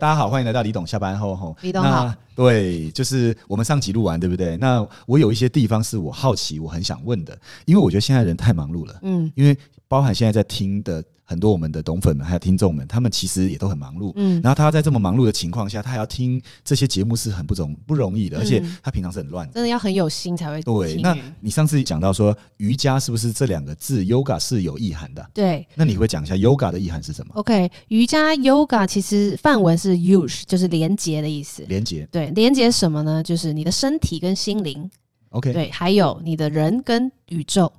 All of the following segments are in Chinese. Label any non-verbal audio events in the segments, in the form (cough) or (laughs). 大家好，欢迎来到李董下班后吼。李董好那，对，就是我们上集录完，对不对？那我有一些地方是我好奇，我很想问的，因为我觉得现在人太忙碌了，嗯因为包含现在在听的很多我们的董粉们还有听众们，他们其实也都很忙碌。嗯，然后他在这么忙碌的情况下，他还要听这些节目是很不容不容易的，而且嗯他平常是很乱的。真的要很有心才会对，听那欸你上次讲到说瑜伽是不是这两个字 yoga 是有意涵的？对。那你会讲一下 yoga 的意涵是什么？ OK，瑜伽 Yoga 其实梵文是 Yush，就是连接的意思。连接对，连接什么呢？就是你的身体跟心灵， ，OK，对，还有你的人跟宇宙，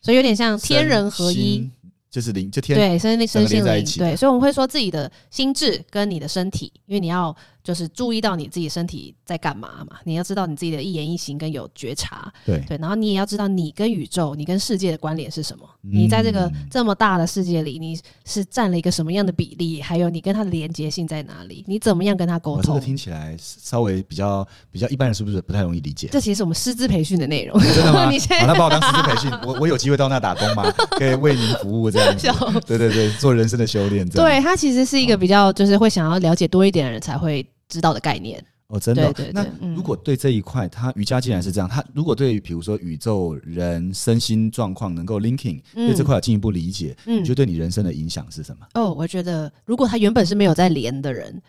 所以有点像天人合一身。心，就是灵，就天对，身身整心个连在一灵，起的对，所以我们会说自己的心智跟你的身体，因为你要就是注意到你自己身体在干嘛嘛，你要知道你自己的一言一行跟有觉察，对对，然后你也要知道你跟宇宙、你跟世界的关联是什么，你在这个嗯这么大的世界里，你是占了一个什么样的比例，还有你跟它的连接性在哪里，你怎么样跟它沟我这通个？听起来稍微比较比较一般人是不是不太容易理解？这其实是我们师资培训的内容， (laughs) 真的吗？ (laughs) 你现在好，那把我当师资培训，我我有机会到那打工 (laughs) 吗？可以为您服务这样子笑。 (laughs) 对对对，做人生的修炼这样。对，它其实是一个比较就是会想要了解多一点的人才会知道的概念。哦，真的哦、对对对那嗯如果对这一块，他瑜伽既然是这样，他如果对于比如说宇宙人身心状况能够 linking，、嗯对这块有进一步理解，嗯你觉得对你人生的影响是什么？哦，我觉得如果他原本是没有在连的人，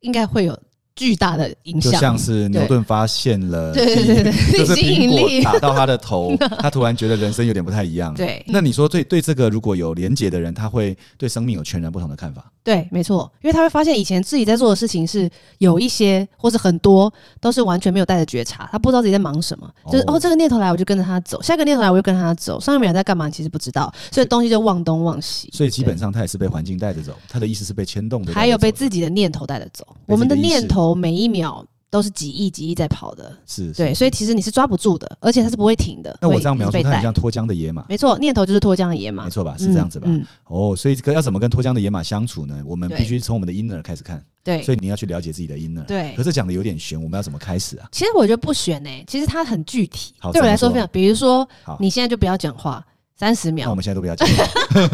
应该会有巨大的影就响。像是牛顿发现了对对对对地 (laughs) 对就是吸苹引果力打到他的 (laughs) 头，他突然觉得人生有点不太一样。对那你说对对这个如果有连结的人，他会对生命有全然不同的看法。对，没错，因为他会发现以前自己在做的事情是有一些或是很多都是完全没有带着觉察，他不知道自己在忙什么，就是哦哦这个念头来我就跟着他走，下一个念头来我就跟着他走，上一秒在干嘛你其实不知道，所以东西就忘东忘西，所以基本上他也是被环境带着走，他的意思是被牵动的，还有被己自己的念头带着走。被我们自的己的意识念头每一秒都是几亿几亿在跑的，是。是对，所以其实你是抓不住的，而且它是不会停的。那我会这样一直描述，被他很带像脱缰的野马，没错，念头就是脱缰的野马，没错吧？是这样子吧？嗯嗯哦，所以这个要怎么跟脱缰的野马相处呢？我们对必须从我们的 inner 开始看，对所以你要去了解自己的 inner。对可。是讲的有点悬，我们要怎么开始啊？其实我觉得不选呢、其实它很具体好，对我来怎说么非说常。比如说好，你现在就不要讲话三十哦那我秒，们现在都不要讲，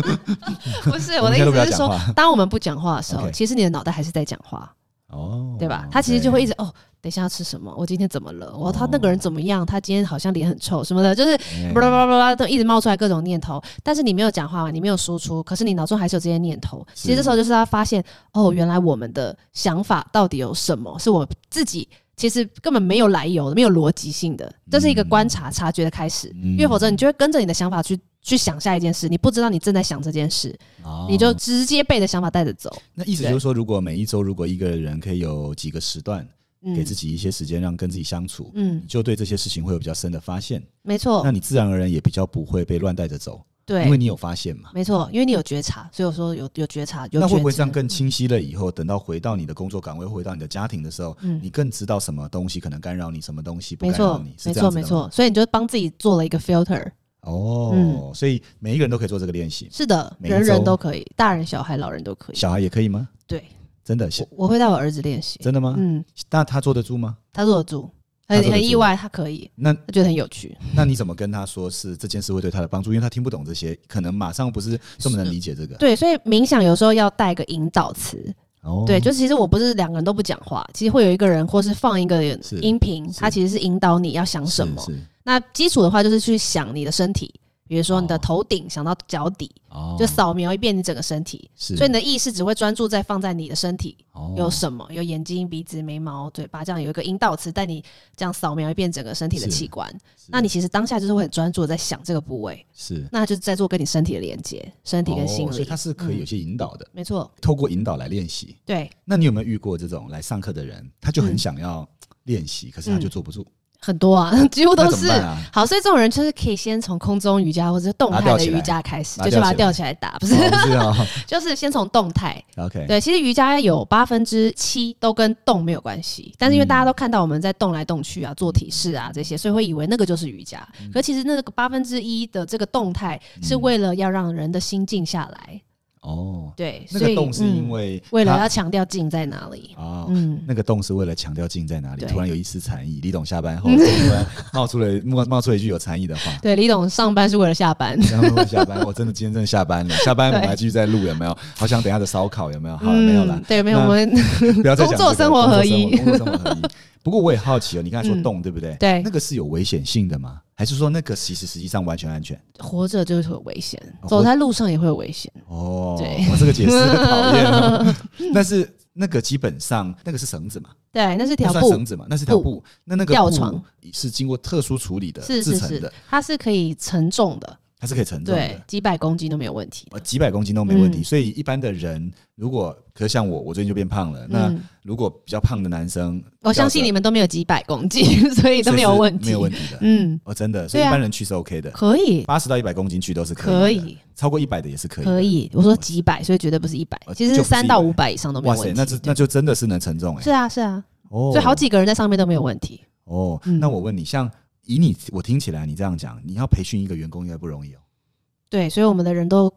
(laughs) 不是我我们现在的都意不要思讲是说，话。当我们不讲话的时候， OK 其实你的脑袋还是在讲话，哦，对吧？它其实就 OK 会一直哦，等一下要吃什么？我今天怎么了？我他那个人怎么样？他今天好像脸很臭什么的，就是哎巴拉巴拉巴拉都一直冒出来各种念头，但是你没有讲话嘛，你没有输出，可是你脑中还是有这些念头。是其实这时候就是他发现，哦，原来我们的想法到底有什么，是我自己其实根本没有来由的，没有逻辑性的，这是一个观察察觉的开始。嗯因为否则你就会跟着你的想法去去想下一件事，你不知道你正在想这件事，哦你就直接被你的想法带着走。那意思就是说，如果每一周如果一个人可以有几个时段，给嗯自己一些时间让跟自己相处，嗯你，就对这些事情会有比较深的发现，没错那，你自然而然也比较不会被乱带着走，因为哦对，你有发现嘛。没错，因为你有觉察，所以我说有有觉察，有那会不会觉这样知更清晰了？以后等到回到你的工作岗位，回到你的家庭的时候，嗯你更知道什么东西可能干扰你，什么东西不没干扰错你，，是没这样错，子的没吗。错，所以你就帮自己做了一个 filter。哦，嗯所以每一个人都可以做这个练习，是的，每一周人人都可以，大人、小孩、老人都可以。小孩也可以吗？对，真的，小我我会带我儿子练习。真的吗？嗯，那他坐得住吗？他做得住，他很坐得很住意外，他可以，那他觉得很有 (laughs) 趣。那你怎么跟他说是这件事会对他的帮助？因为他听不懂这些，可能马上不是这么能理解这个。对，所以冥想有时候要带个引导词。哦对，就是其实我不是两个人都不讲话，其实会有一个人或是放一个是音频，是他其实是引导你要想什么。那基础的话就是去想你的身体，比如说你哦的头顶想到脚底，哦就扫描一遍你整个身体。是，所以你的意识只会专注在放在你的身体，哦有什么？有眼睛、鼻子、眉毛、嘴巴，这样有一个引导词带你这样扫描一遍整个身体的是器官。是那你其实当下就是会很专注地在想这个部位，是那就是在做跟你身体的连接，身体跟心哦所理。以他是可以有些引导的，没错，透过引导来练习。对，那你有没有遇过这种来上课的人，他就很想要练习，可是他就坐不住，很多啊， (laughs) 几乎那嗯都怎么是。办 (laughs) 啊？好，所以这种人就是可以先从空中瑜伽或者是动把它吊态的起来瑜伽开始，把它就是把它吊吊起来打，不是，哦不知道 (laughs) 就是先从动态。 ，OK，对，其实瑜伽有八分之七都跟动没有关系，但是因为嗯大家都看到我们在动来动去啊、做体式啊这些，所以会以为那个就是瑜伽。嗯可其实那个八分之一的这个动态是为了要让人的心静下来，哦，对，那所个以洞是因嗯、为为了它要强调劲在哪里，啊。嗯，那个洞是为了强调劲在哪里，对突然有一丝禅意。李董下 (laughs) 班后突然冒出了冒冒出了一句有禅意的话， (laughs) 对，李董上班是为了下班，然后下班，我真的今天真的下班了。下班我们对还继续在录，有没有？好想等一下的烧烤，有没有？好了，没有了嗯，，对，没有那我们不要再讲这个嗯工作生活合一工作生活工作生活合一。不过我也好奇哦，你刚才说嗯动对不对？对那个是有危险性的吗？还是说那个其实实际上完全安全？活着就是有危险，哦走在路上也会有危险。哦，对我这个解释很讨厌哦。 (laughs) 但是那个基本上那个是绳子嘛，对，那是那条算布绳，子嘛，那是条布，那那个吊布床是经过特殊处理的是制是成的是，，它是可以承重的，它是可以承重对的，。几百公斤都没有问题。呃，几百公斤都没问题，嗯所以一般的人如果，可是像我，我最近就变胖了。那嗯如果比较胖的男生，我相信你们都没有几百公斤， (laughs) 所以比较的都没有问题。没有问题的。嗯，哦，真的，所以一对啊般人去是 OK 的，可以，八十到一百公斤去都是可以的，以，超过一百的也是可以的。可以。我说几百，所以绝对不是一百呃，其实就是不是三到五百以上都没哇有塞问，题。那这那对就真的是能承重哎、是啊是啊，哦，所以好几个人在上面都没有问题。哦。嗯那我问你，像以你我听起来你这样讲，你要培训一个员工应该不容易哦。对，所以我们的人都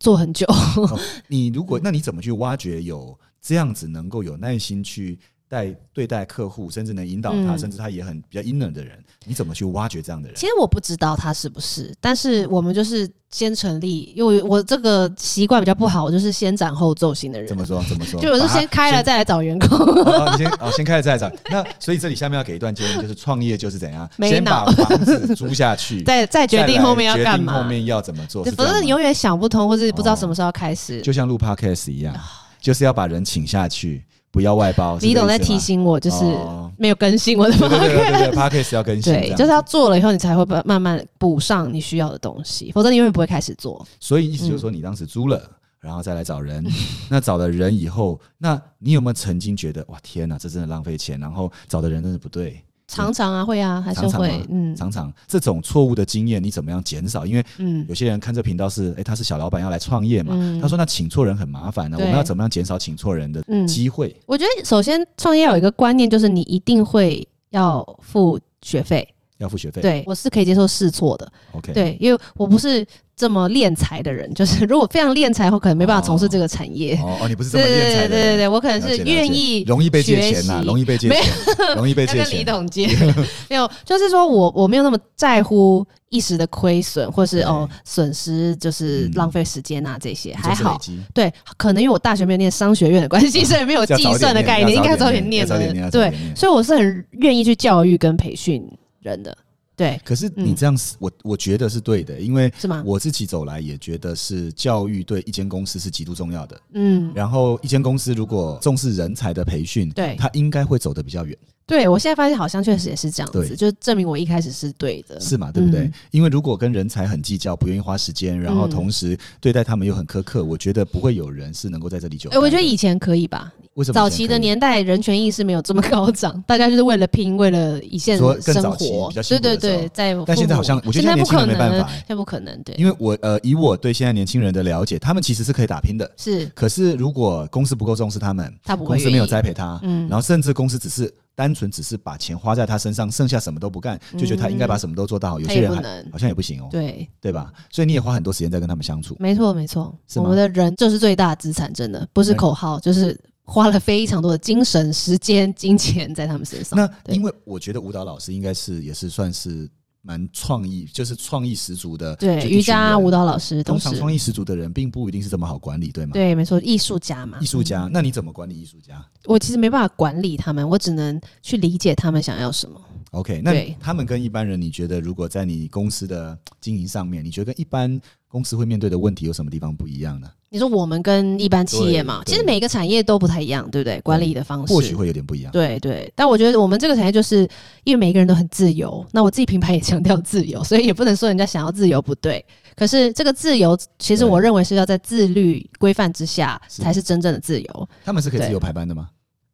做很久。嗯你如果那你怎么去挖掘有这样子能够有耐心去带对待客户，甚至能引导他，嗯甚至他也很比较 inner 的人，你怎么去挖掘这样的人？其实我不知道他是不是，但是我们就是先成立，因为我我这个习惯比较不好，我就是先斩后奏型的人怎。么说？怎么说？就我是把它先开了再来找员工， (laughs) 哦，你先哦，先开始再找。那所以这里下面要给一段建议，就是创业就是怎样，没先把脑，房子租下去 (laughs) 再再决定来后面要决干定嘛后。面要怎么做？对，是否这则样你吗哦永远想不通，或是不知道什么时候要开始。就像录 podcast 一样，啊就是要把人请下去，不要外包。是李董这在意思吗提，醒我，就是哦没有更新我的对对对对 podcast 对对，podcast 要更新，这对，样就是要做了以后，你才会慢慢慢补上你需要的东西，否则你永远不会开始做。所以意思就是说，你当时租了，然后再来找人，嗯那找了人以后，那你有没有曾经觉得哇天哪，这真的浪费钱，然后找的人真的不对？常常啊，会啊，还是常常会，吗嗯常常这种错误的经验，你怎么样减少？因为嗯，有些人看这频道是，诶，他是小老板要来创业嘛，嗯他说那请错人很麻烦啊呢、我对们要怎么样减少请错人的嗯机会？我觉得首先创业有一个观念，就是你一定会要付学费。要付学费，对我是可以接受试错的， ，OK，，对，因为我不是这么敛财的人，就是如果非常敛财后，可能没办法从事这个产业。哦哦，你不是这对么对敛对财的对对人，对，我可能了是解了愿解意容易被借钱呐、学习容易被借没钱， (laughs) 容易被要借跟李钱。董借， (laughs) 没有，就是说我我没有那么在乎一时的亏损，或是对哦损失，就是嗯浪费时间啊这些，你还总是累好。积对，可能因为我大学没有念商学院的关系，所以没有要计早算的点概念，应念，该要早早点念要早点念，的。要早点对，念所以我是很愿意去教育跟培训人的，对，可是你嗯这样是，我我觉得是对的，因为是吗？我自己走来也觉得是教育对一间公司是极度重要的。嗯，然后一间公司如果重视人才的培训，对它应该会走得比较远，对我现在发现好像确实也是这样对子，就证明我一开始是对的。是嘛？对不对？嗯因为如果跟人才很计较，不愿意花时间，然后嗯同时对待他们又很苛刻，我觉得不会有人是能够在这里久待哎，的。我觉得以前可以吧，为什么以前早期可的以年代人权意识没有这么高涨， (laughs) 大家就是为了拼，为了一线说更生早期活比较。辛对苦的对时候对，在但现在好像父母我觉得现现在不年轻可人能，没办法欸现在不可能，对，因为我呃，以我对现在年轻人的了解，他们其实是可以打拼的。是可是如果公司不够重视他们，他不会公司愿没有意栽培他，嗯然后甚至公司只是单纯只是把钱花在他身上，剩下什么都不干，就觉得他应该把什么都做到好。有嗯他些也人不还能。好像也不行哦，对，对吧？所以你也花很多时间在跟他们相处。没错没错，是我吗们的人就是最大的资产，真的不是对口号，就是花了非常多的精神、时间、金钱在他们身上。那嗯对因为我觉得舞蹈老师应该是也是算是蛮创意，就是创意十足的。对就一瑜群伽、人舞蹈老师都通是常，创意十足的人，并不一定是这么好管理，对吗？对，没错，艺术家嘛艺，术家，那你怎么管理艺术家我其实没办法管理他们，我只能去理解他们想要什么。 ？OK，那对他们跟一般人，你觉得如果在你公司的经营上面，你觉得跟一般公司会面对的问题有什么地方不一样呢？你说我们跟一般企业嘛，对其实每个产业都不太一样，对不对？管理的方式，或许会有点不一样。哦对对。但我觉得我们这个产业就是因为每个人都很自由，那我自己品牌也强调自由，所以也不能说人家想要自由不对。可是这个自由，其实对我认为是要在自律规范之下是才是真正的自由。他们是可以对自由排班的吗？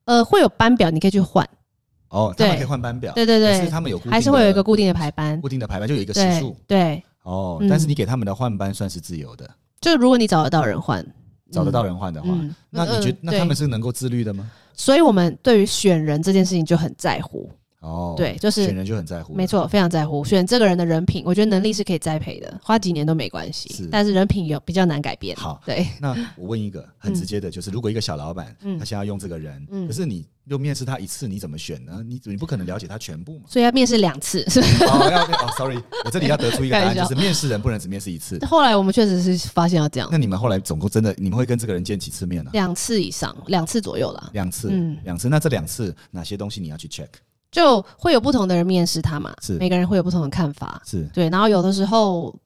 呃，会有班表，你可以去换，哦，他们对可以换班表。对对对可是他们有固定的还是会有一个固定的排班。固定的排班，就有一个时对数。对，哦，嗯但是你给他们的换班算是自由的，就如果你找得到人换，找得到人人换的话，嗯，那你觉嗯那他？对们是能够自律的吗？所以我们对于选人这件事情就很在乎。哦，对就是选人就很在乎，没，错，非常在乎选这个人的人品，我觉得能力是可以栽培的，花几年都没关系。是但是人品有比较难改变。好对，那我问一个 (laughs) 很直接的，就是如果一个小老板，嗯他想要用这个人，嗯。可是你又面试他一次，你怎么选呢？你你不可能了解他全部嘛所以要面试两次。是 (laughs) 哦，要哦，sorry，我这里要得出一个答案，开就玩笑是面试人不能只面试一次。后来我们确实是发现要这样那，你们后来总共真的，你们会跟这个人见几次面呢、啊两次以上，两次左右啦，两次，嗯两次。那这两次哪些东西你要去 check？就会有不同的人面试他嘛是，每个人会有不同的看法。是对，然后有的时候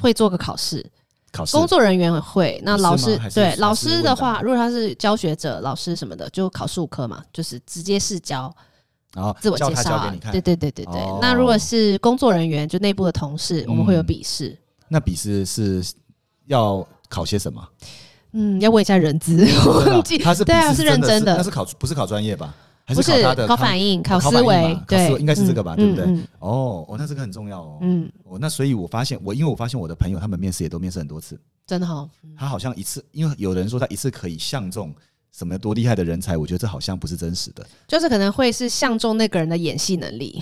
会做个考试，考试工作人员会。那是老吗师还是对是老是师问的答话，如果他是教学者、老师什么的，就考数科嘛，就是直接试教、然后自我叫介他绍交给啊你。看对。对对对对。哦那如果是工作人员，就内部的同事，我们会有嗯笔试。那笔试是要考些 (laughs) 什么？嗯，要问一下人资，我真的忘啊记。他是笔对啊试是认真的那是考不是考专业吧？还不考他的考康反应、考思反应维嘛，考思对维，应该是这个吧对不对嗯哦哦，那这个很重要哦。嗯嗯，哦，那所以我发现我，因为我发现我的朋友他们面试也都面试很多次，真的好。他好像一次，因为有人说他一次可以相中什么多厉害的人才，我觉得这好像不是真实的，就是可能会是相中那个人的演戏能力，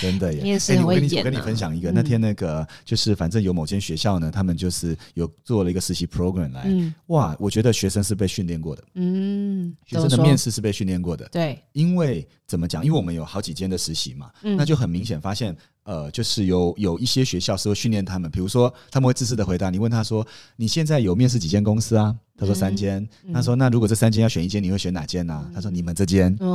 真的耶。面试哎很我会跟你我演跟你啊分享一个，嗯那天那个就是反正有某间学校呢，他们就是有做了一个实习 program 来，嗯哇，我觉得学生是被训练过的，嗯，学怎么生的说面试是被训练过的，对，因为怎么讲？因为我们有好几间的实习嘛，嗯那就很明显发现，呃，就是有有一些学校是会训练他们，比如说他们会自私的回答，你问他说你现在有面试几间公司啊？他说嗯三间，嗯他说那如果这三间要选一间，你会选哪间呢、啊他说你们这间。哦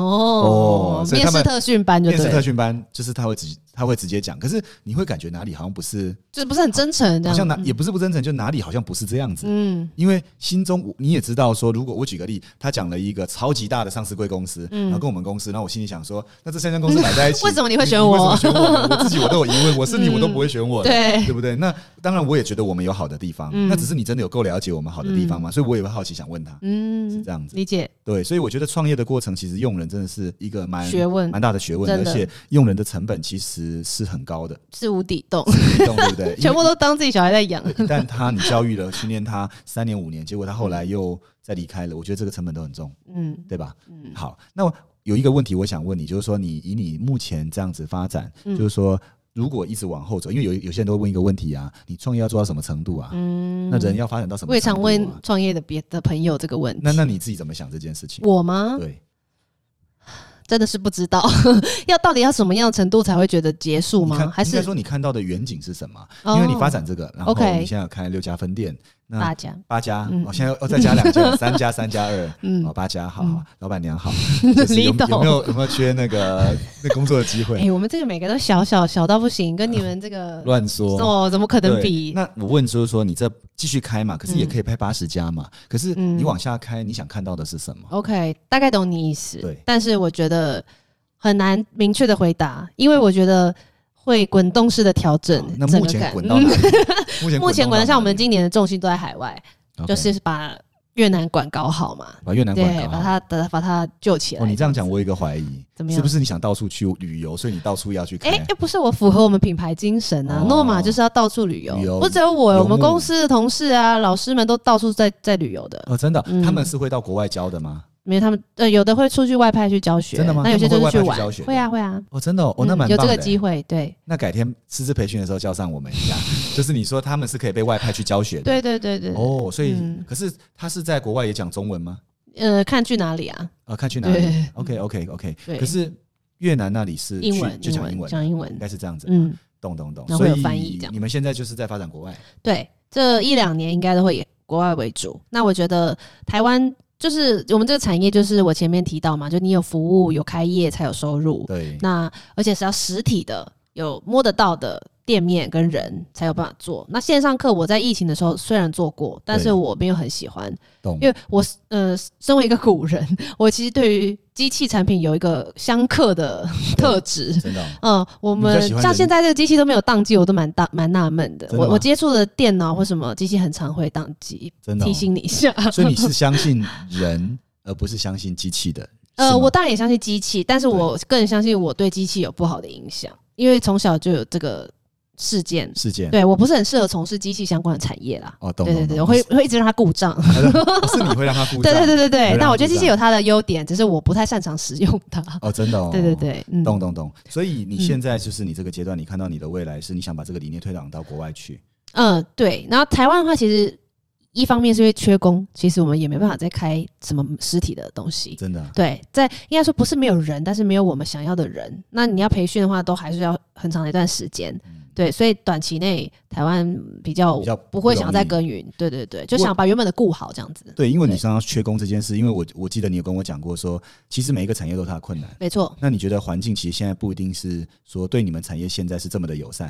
哦，所以面他试们特训班就面试特对，训班就是他会直他会直接讲，可是你会感觉哪里好像不是，就是不是很真诚这好样，像哪嗯也不是不真诚，就哪里好像不是这样子。嗯因为心中我你也知道说，如果我举个例，他讲了一个超级大的上市贵公司，嗯然后跟我们公司，然后我心里想说，那这三家公司摆在一起， (laughs) 为什么你会选为我什么选我呢？我自己我都有疑问，我是你嗯我都不会选我的，对对不对？那当然我也觉得我们有好的地方，嗯那只是你真的有够了解我们好的地方吗？所以我也会好奇想问他，是嗯，这样子。理解对，所以我觉得创业的过程其实用人真的是一个蛮学问蛮大的学问，真而的且用人的成本其实是很高的，是无底洞，你懂对不 (laughs) 对？因为全部都当自己小孩在养，一旦他你教育了、训练他三年五年，结果他后来又再离开了，我觉得这个成本都很重，嗯对吧？嗯好，那我有一个问题我想问你，就是说你以你目前这样子发展，嗯就是说如果一直往后走，因为有有些人都会问一个问题啊，你创业要做到什么程度啊？嗯那人要发展到什我么也程常度、啊？问创业的别的朋友这个问题，那那你自己怎么想这件事情？我吗？对，真的是不知道， (laughs) 要到底要什么样的程度才会觉得结束你吗？看还应该是哦说你看到的远景是什么？因为你发展这个，然后 OK 你现在有开六家分店，那哦大家？八家，嗯我、现在要再加两家， (laughs) 三家三加二，嗯哦，八家，好嗯好，老板 (laughs) 娘好，就是有李董有没有有没有缺那个 (laughs) 那工作的机哎、会？我们这个每个都小小小到不行，跟你们这个嗯 (laughs) 乱说。哦，怎么可能对比？那我问就是说，你这继续开嘛，可是也可以拍八十家嘛，可是嗯你往下开，你想看到的是什么？ OK，大概懂你意思。对但是我觉得很难明确的回答，因为我觉得会滚动式的调整哦那整目个前感。滚到哪里？ (laughs) 目前嗯目前滚到的像我们今今年的重心都在海外，就是把越南馆搞好嘛，把越南管对，搞把好。它把把它救起来。啊哦，你这样讲，我有一个怀疑怎，么样是不是你想到处去旅游，所以你到处要去哎、开？又不是我符合我们品牌精神啊哦！诺玛、就是要到处旅游旅游，不只有我，游我牧们公司的同事啊、老师们都到处在在旅游的。哦，真的，嗯他们是会到国外教的吗？没有他们呃，有的会出去外派去教学，真的吗那有些就是他们会外派玩去教学，会啊会啊。哦，真的哦，哦那嗯蛮有棒这的个欸。机会，对那改天师资培训的时候叫上我们一下，就是你说他们是可以被外派去教学的。对对对对。对哦，所以、嗯可是他是在国外也讲中文吗？呃，看去哪里啊？啊，看去哪里对 (laughs) ？OK OK OK。对可是越南那里是英去文，就讲英英文，文，讲英应文。该是这样子。嗯，懂懂懂。然后所会有以翻译这样你们现在就是在发展国外，对，这一两年应该都会以国外为主。那我觉得台湾就是我们这个产业，就是我前面提到嘛，就你有服务、有开业才有收入。对，那而且是要实体的，有摸得到的店面跟人才有办法做。那线上课我在疫情的时候虽然做过，但是对我没有很喜欢，懂因为我是呃，身为一个古人，我其实对于机器产品有一个相克的 (laughs) 特质。真的哦、嗯，我你们比较喜欢像人现在这个机器都没有宕机，我都蛮大蛮纳闷的。真的我吗我接触的电脑或什么机器很常会宕机，真的哦、提醒你一下。所以你是相信人，而不是相信机器的。是呃，吗我当然也相信机器，但是我更相信我对机器有不好的影响，因为从小就有这个事件。事件。对我不是很适合从事机器相关的产业啦。哦，懂对对懂对，懂我会会一直让它故障。哦是你会让他故障。对对对对会对，让那它我觉得故机器障有它的优点，只是我不太擅长使用它。哦，真的哦。对对。对，嗯，懂懂懂，所以你现在就是你这个阶段，你看到你的未来是你想把这个理念推广到国外去，嗯，对。然后台湾的话，其实一方面是因为缺工，其实我们也没办法再开什么实体的东西。真的啊对，在应该说不是没有人，但是没有我们想要的人。那你要培训的话，都还是要很长的一段时间。嗯对，所以短期内台湾比较比较不会想要再不容耕耘。对对对，不就过想把原本的顾好这样子。对，因为你对刚刚缺工这件事，因为我我记得你有跟我讲过说，其实每一个产业都有它的困难。没错，那你觉得环境其实现在不一定是说对你们产业现在是这么的友善，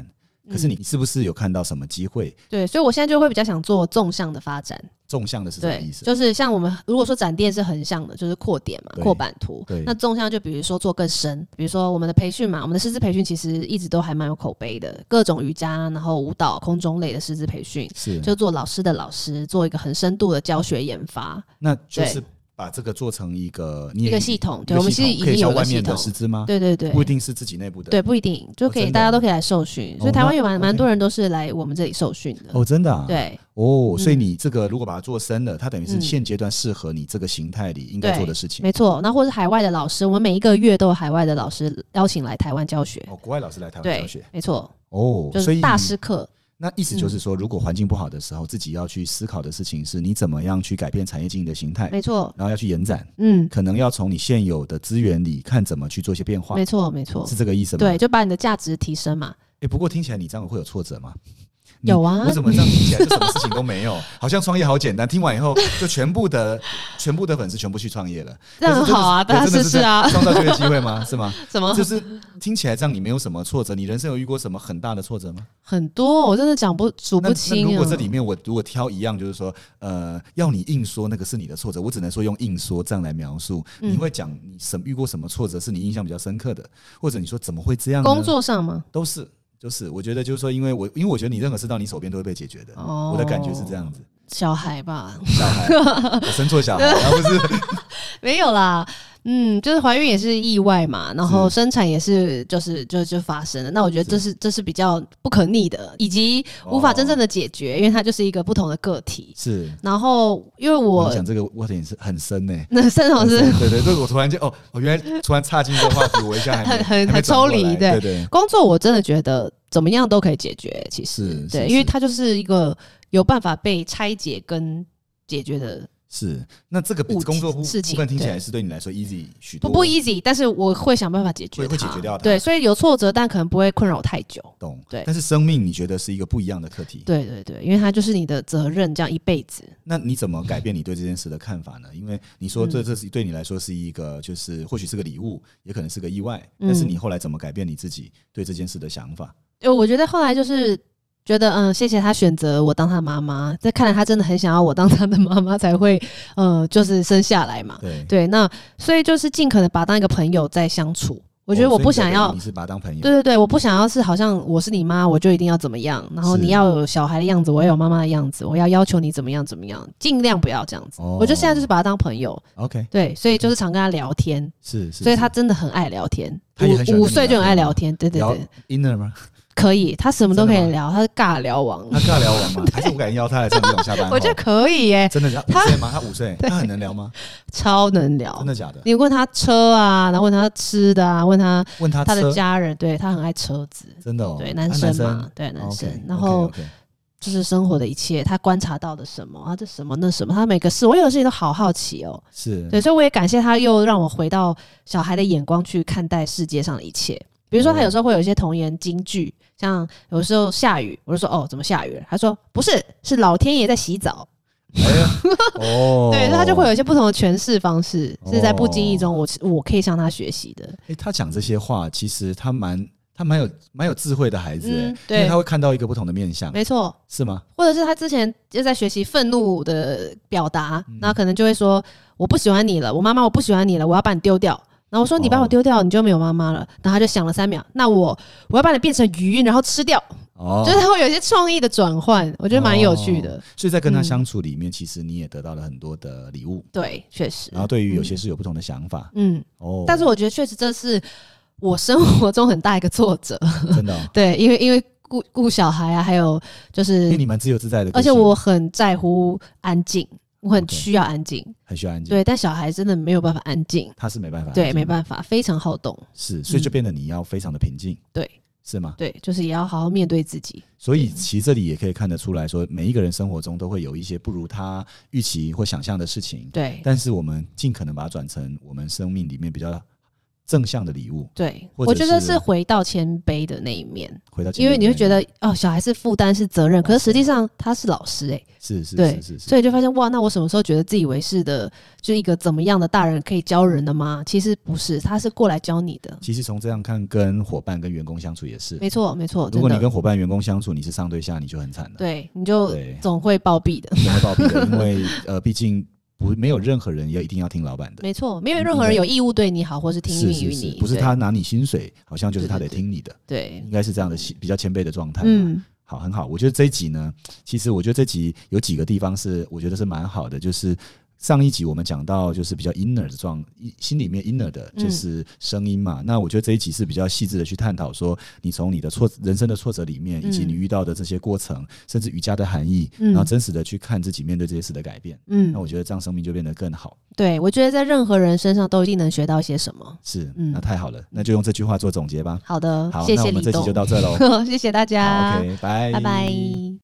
可是你是不是有看到什么机会？嗯对，所以我现在就会比较想做纵向的发展。纵向的是什么对意，思？就是像我们如果说展店是横向的，就是扩点嘛，对扩版图对。那纵向就比如说做更深，比如说我们的培训嘛，我们的师资培训其实一直都还蛮有口碑的，各种瑜伽，然后舞蹈、空中类的师资培训，是，就做老师的老师，做一个很深度的教学研发那就是把这个做成一个你一也个系统。一对，我个们系是统已可经以有教个外系面的统，师资吗？对对对不。一定是自己内部的。哦对，不一定就可真以，的大家都可以来受训，所以哦台湾那有蛮 OK 蛮多人都是来我们这里受训的。哦，真的、啊。。对，哦，所以嗯你这个如果把它做深了，它等于是嗯现阶段适合你这个形态里应该对做的事情。没错。那或是海外的老师，我们每一个月都有海外的老师邀请来台湾教学。哦，国外老师来台湾对教学，没错，哦，就所是以大师嗯课。那意思就是说，如果环境不好的时候，自己要去思考的事情是你怎么样去改变产业经营的形态，没错，然后要去延展，嗯，可能要从你现有的资源里看怎么去做一些变化没，错，没错是，这个意思吗？对，就把你的价值提升嘛。诶不过听起来你这样会有挫折吗？你有啊我怎么这样听起来就什么事情都没有？好像创业好简单，听完以后就全部的全部的粉丝全部去创业 (laughs) 了，这样很好啊可是大家真的是试试啊对真的是这样创造就业机会吗？是吗？什么就是听起来这样，你没有什么挫折，你人生有遇过什么很大的挫折吗？很多，我真的讲不数那不那清如啊果。这里面我如果挑一样，就是说，呃，要你硬说那个是你的挫折，我只能说用硬说这样来描述。嗯你会讲你什么遇过什么挫折是你印象比较深刻的，或者你说怎么会这样呢？工作上吗？都是。就是我觉得，就是说，因为我因为我觉得你任何事到你手边都会被解决的，哦我的感觉是这样子。小孩吧，小孩，我生错小孩，然后不是没有啦。嗯，就是怀孕也是意外嘛，然后是生产也是就是就就发生了。那我觉得这是这是比较不可逆的，以及无法真哦正的解决，因为它就是一个不同的个体。是然后因为我我讲这个我点是很深呢、那盛老师很深对对对，我突然间哦，我原来突然插进这个话题，我一下还没很很还没很转过抽离来对对对，工作我真的觉得怎么样都可以解决，其实是对，是因为是它就是一个有办法被拆解跟解决的，是，那这个比物工作部事情部分听起对来是对你来说 easy 许不多，不 easy，但是我会想办法解决会它，会解决掉它对，所以有挫折，但可能不会困扰太久。懂。对但是生命你觉得是一个不一样的课题，对对对，因为它就是你的责任，这样一辈子。那你怎么改变你对这件事的看法呢？因为你说嗯这这是对你来说是一个，就是或许是个礼物，也可能是个意外，但是嗯你后来怎么改变你自己对这件事的想法？就我觉得后来就是觉得，嗯，谢谢他选择我当他妈妈，这看来他真的很想要我当他的妈妈，才会，呃，就是生下来嘛。对，对，那所以就是尽可能把他当一个朋友在相处。我觉得哦我所以不你改想变要你是把他当朋友，对对对，我不想要是好像我是你妈，我就一定要怎么样，然后是你要有小孩的样子，我要有妈妈的样子，我要要求你怎么样怎么样，尽量不要这样子。哦我觉得现在就是把他当朋友， OK，对，所以就是常跟他聊天，是是，所以是他真的很爱聊天，他也很喜欢五五跟你岁就很爱聊聊天，对对聊对， inner 吗？可以，他什么都可以真的吗哦聊，他是尬聊王，他尬聊完 (laughs) 吗？还是我敢邀他来上这种下班后？我觉得可以耶，真的假？他五岁吗？他五岁，他很能聊吗？超能聊真。的假的？你问他车啊，然后问他吃的啊，问他问他他的车家人，对他很爱车子，真的哦，对啊男生嘛，对男哦 OK，生，然 OK，后 OK 就是生活的一切，他观察到的什么啊，这什么那什么，他每个事，我有的事情都好好奇哦。是对，所以我也感谢他，又让我回到小孩的眼光去看待世界上的一切。比如说，他有时候会有一些童言金句，像有时候下雨，我就说：“哦，怎么下雨了？”他说：“不是，是老天爷在洗澡。哎呀哦， (laughs) 对，所以他就会有一些不同的诠释方式，是在不经意哦中我，我我可以向他学习的。诶他讲这些话，其实他蛮他蛮有蛮有智慧的孩子，嗯诶对因为他会看到一个不同的面相，没错，是吗？或者是他之前就在学习愤怒的表达，嗯那、可能就会说我不喜欢你了，我妈妈我不喜欢你了，我要把你丢掉。然后我说你把我哦丢掉，你就没有妈妈了。然后他就想了三秒，那我我要把你变成鱼，然后吃掉，哦 (laughs) 就是他会有一些创意的转换，我觉得蛮有趣的。哦所以在跟他嗯相处里面，其实你也得到了很多的礼物，对，确实然，后对于有些事有不同的想法嗯，哦。但是我觉得确实这是我生活中很大一个挫折。真的哦对，因为因为顾顾小孩啊，还有就因为是，你蛮自由自在的个而且性，我很在乎安静，我很 OK 需要安静。很喜欢安静，对，但小孩真的没有办法安静，他是没嗯办法安静的，对，没办法，非常好动。是，所以就变得你要非常的平静，对是吗？对，就是也要好好面对自己。所以其实这里也可以看得出来说，每一个人生活中都会有一些不如他预期或想象的事情，对但是我们尽可能把它转成我们生命里面比较正向的礼物，对，或者我觉得是是回到谦卑的那一面，回到因为你会觉得得哦，小孩是负担是责任，可是实际上他是老师哎、是是对是是是，所以就发现哇，那我什么时候觉得自以为是的，就一个怎么样的大人可以教人的吗？其实不是，他是过来教你的。其实从这样看，跟伙伴跟员工相处也是，没错，没错，如真果你的，跟伙伴员工相处，你是上对下，你就很惨了，对，你就对总会暴毙的。你会暴毙的， (laughs) 因为呃，毕竟不没有任何人要一定要听老板的。没错，没有任何人有义务对你好，或是听是命于是是你，，不是对他拿你薪水，好像就是他得对对对听你的，对，应该是这样的心比较谦卑的状态。嗯，嗯，好，很好。我觉得这一集呢，其实我觉得这集有几个地方是我觉得是蛮好的，就是上一集我们讲到就是比较 inner 的状，心里面 inner 的嗯就是声音嘛。那我觉得这一集是比较细致的去探讨说，你从你的挫人生的挫折里面，以及嗯你遇到的这些过程，甚至瑜伽的含义，嗯然后真实的去看自己面对这些事的改变。那嗯，我觉得这样生命就变得更好。对，我觉得在任何人身上都一定能学到些什么。是，嗯那太好了，那就用这句话做总结吧。好的好，，谢那谢我们李这 (laughs) 期就栋，到这喽。谢谢大好家， ，OK，拜拜拜。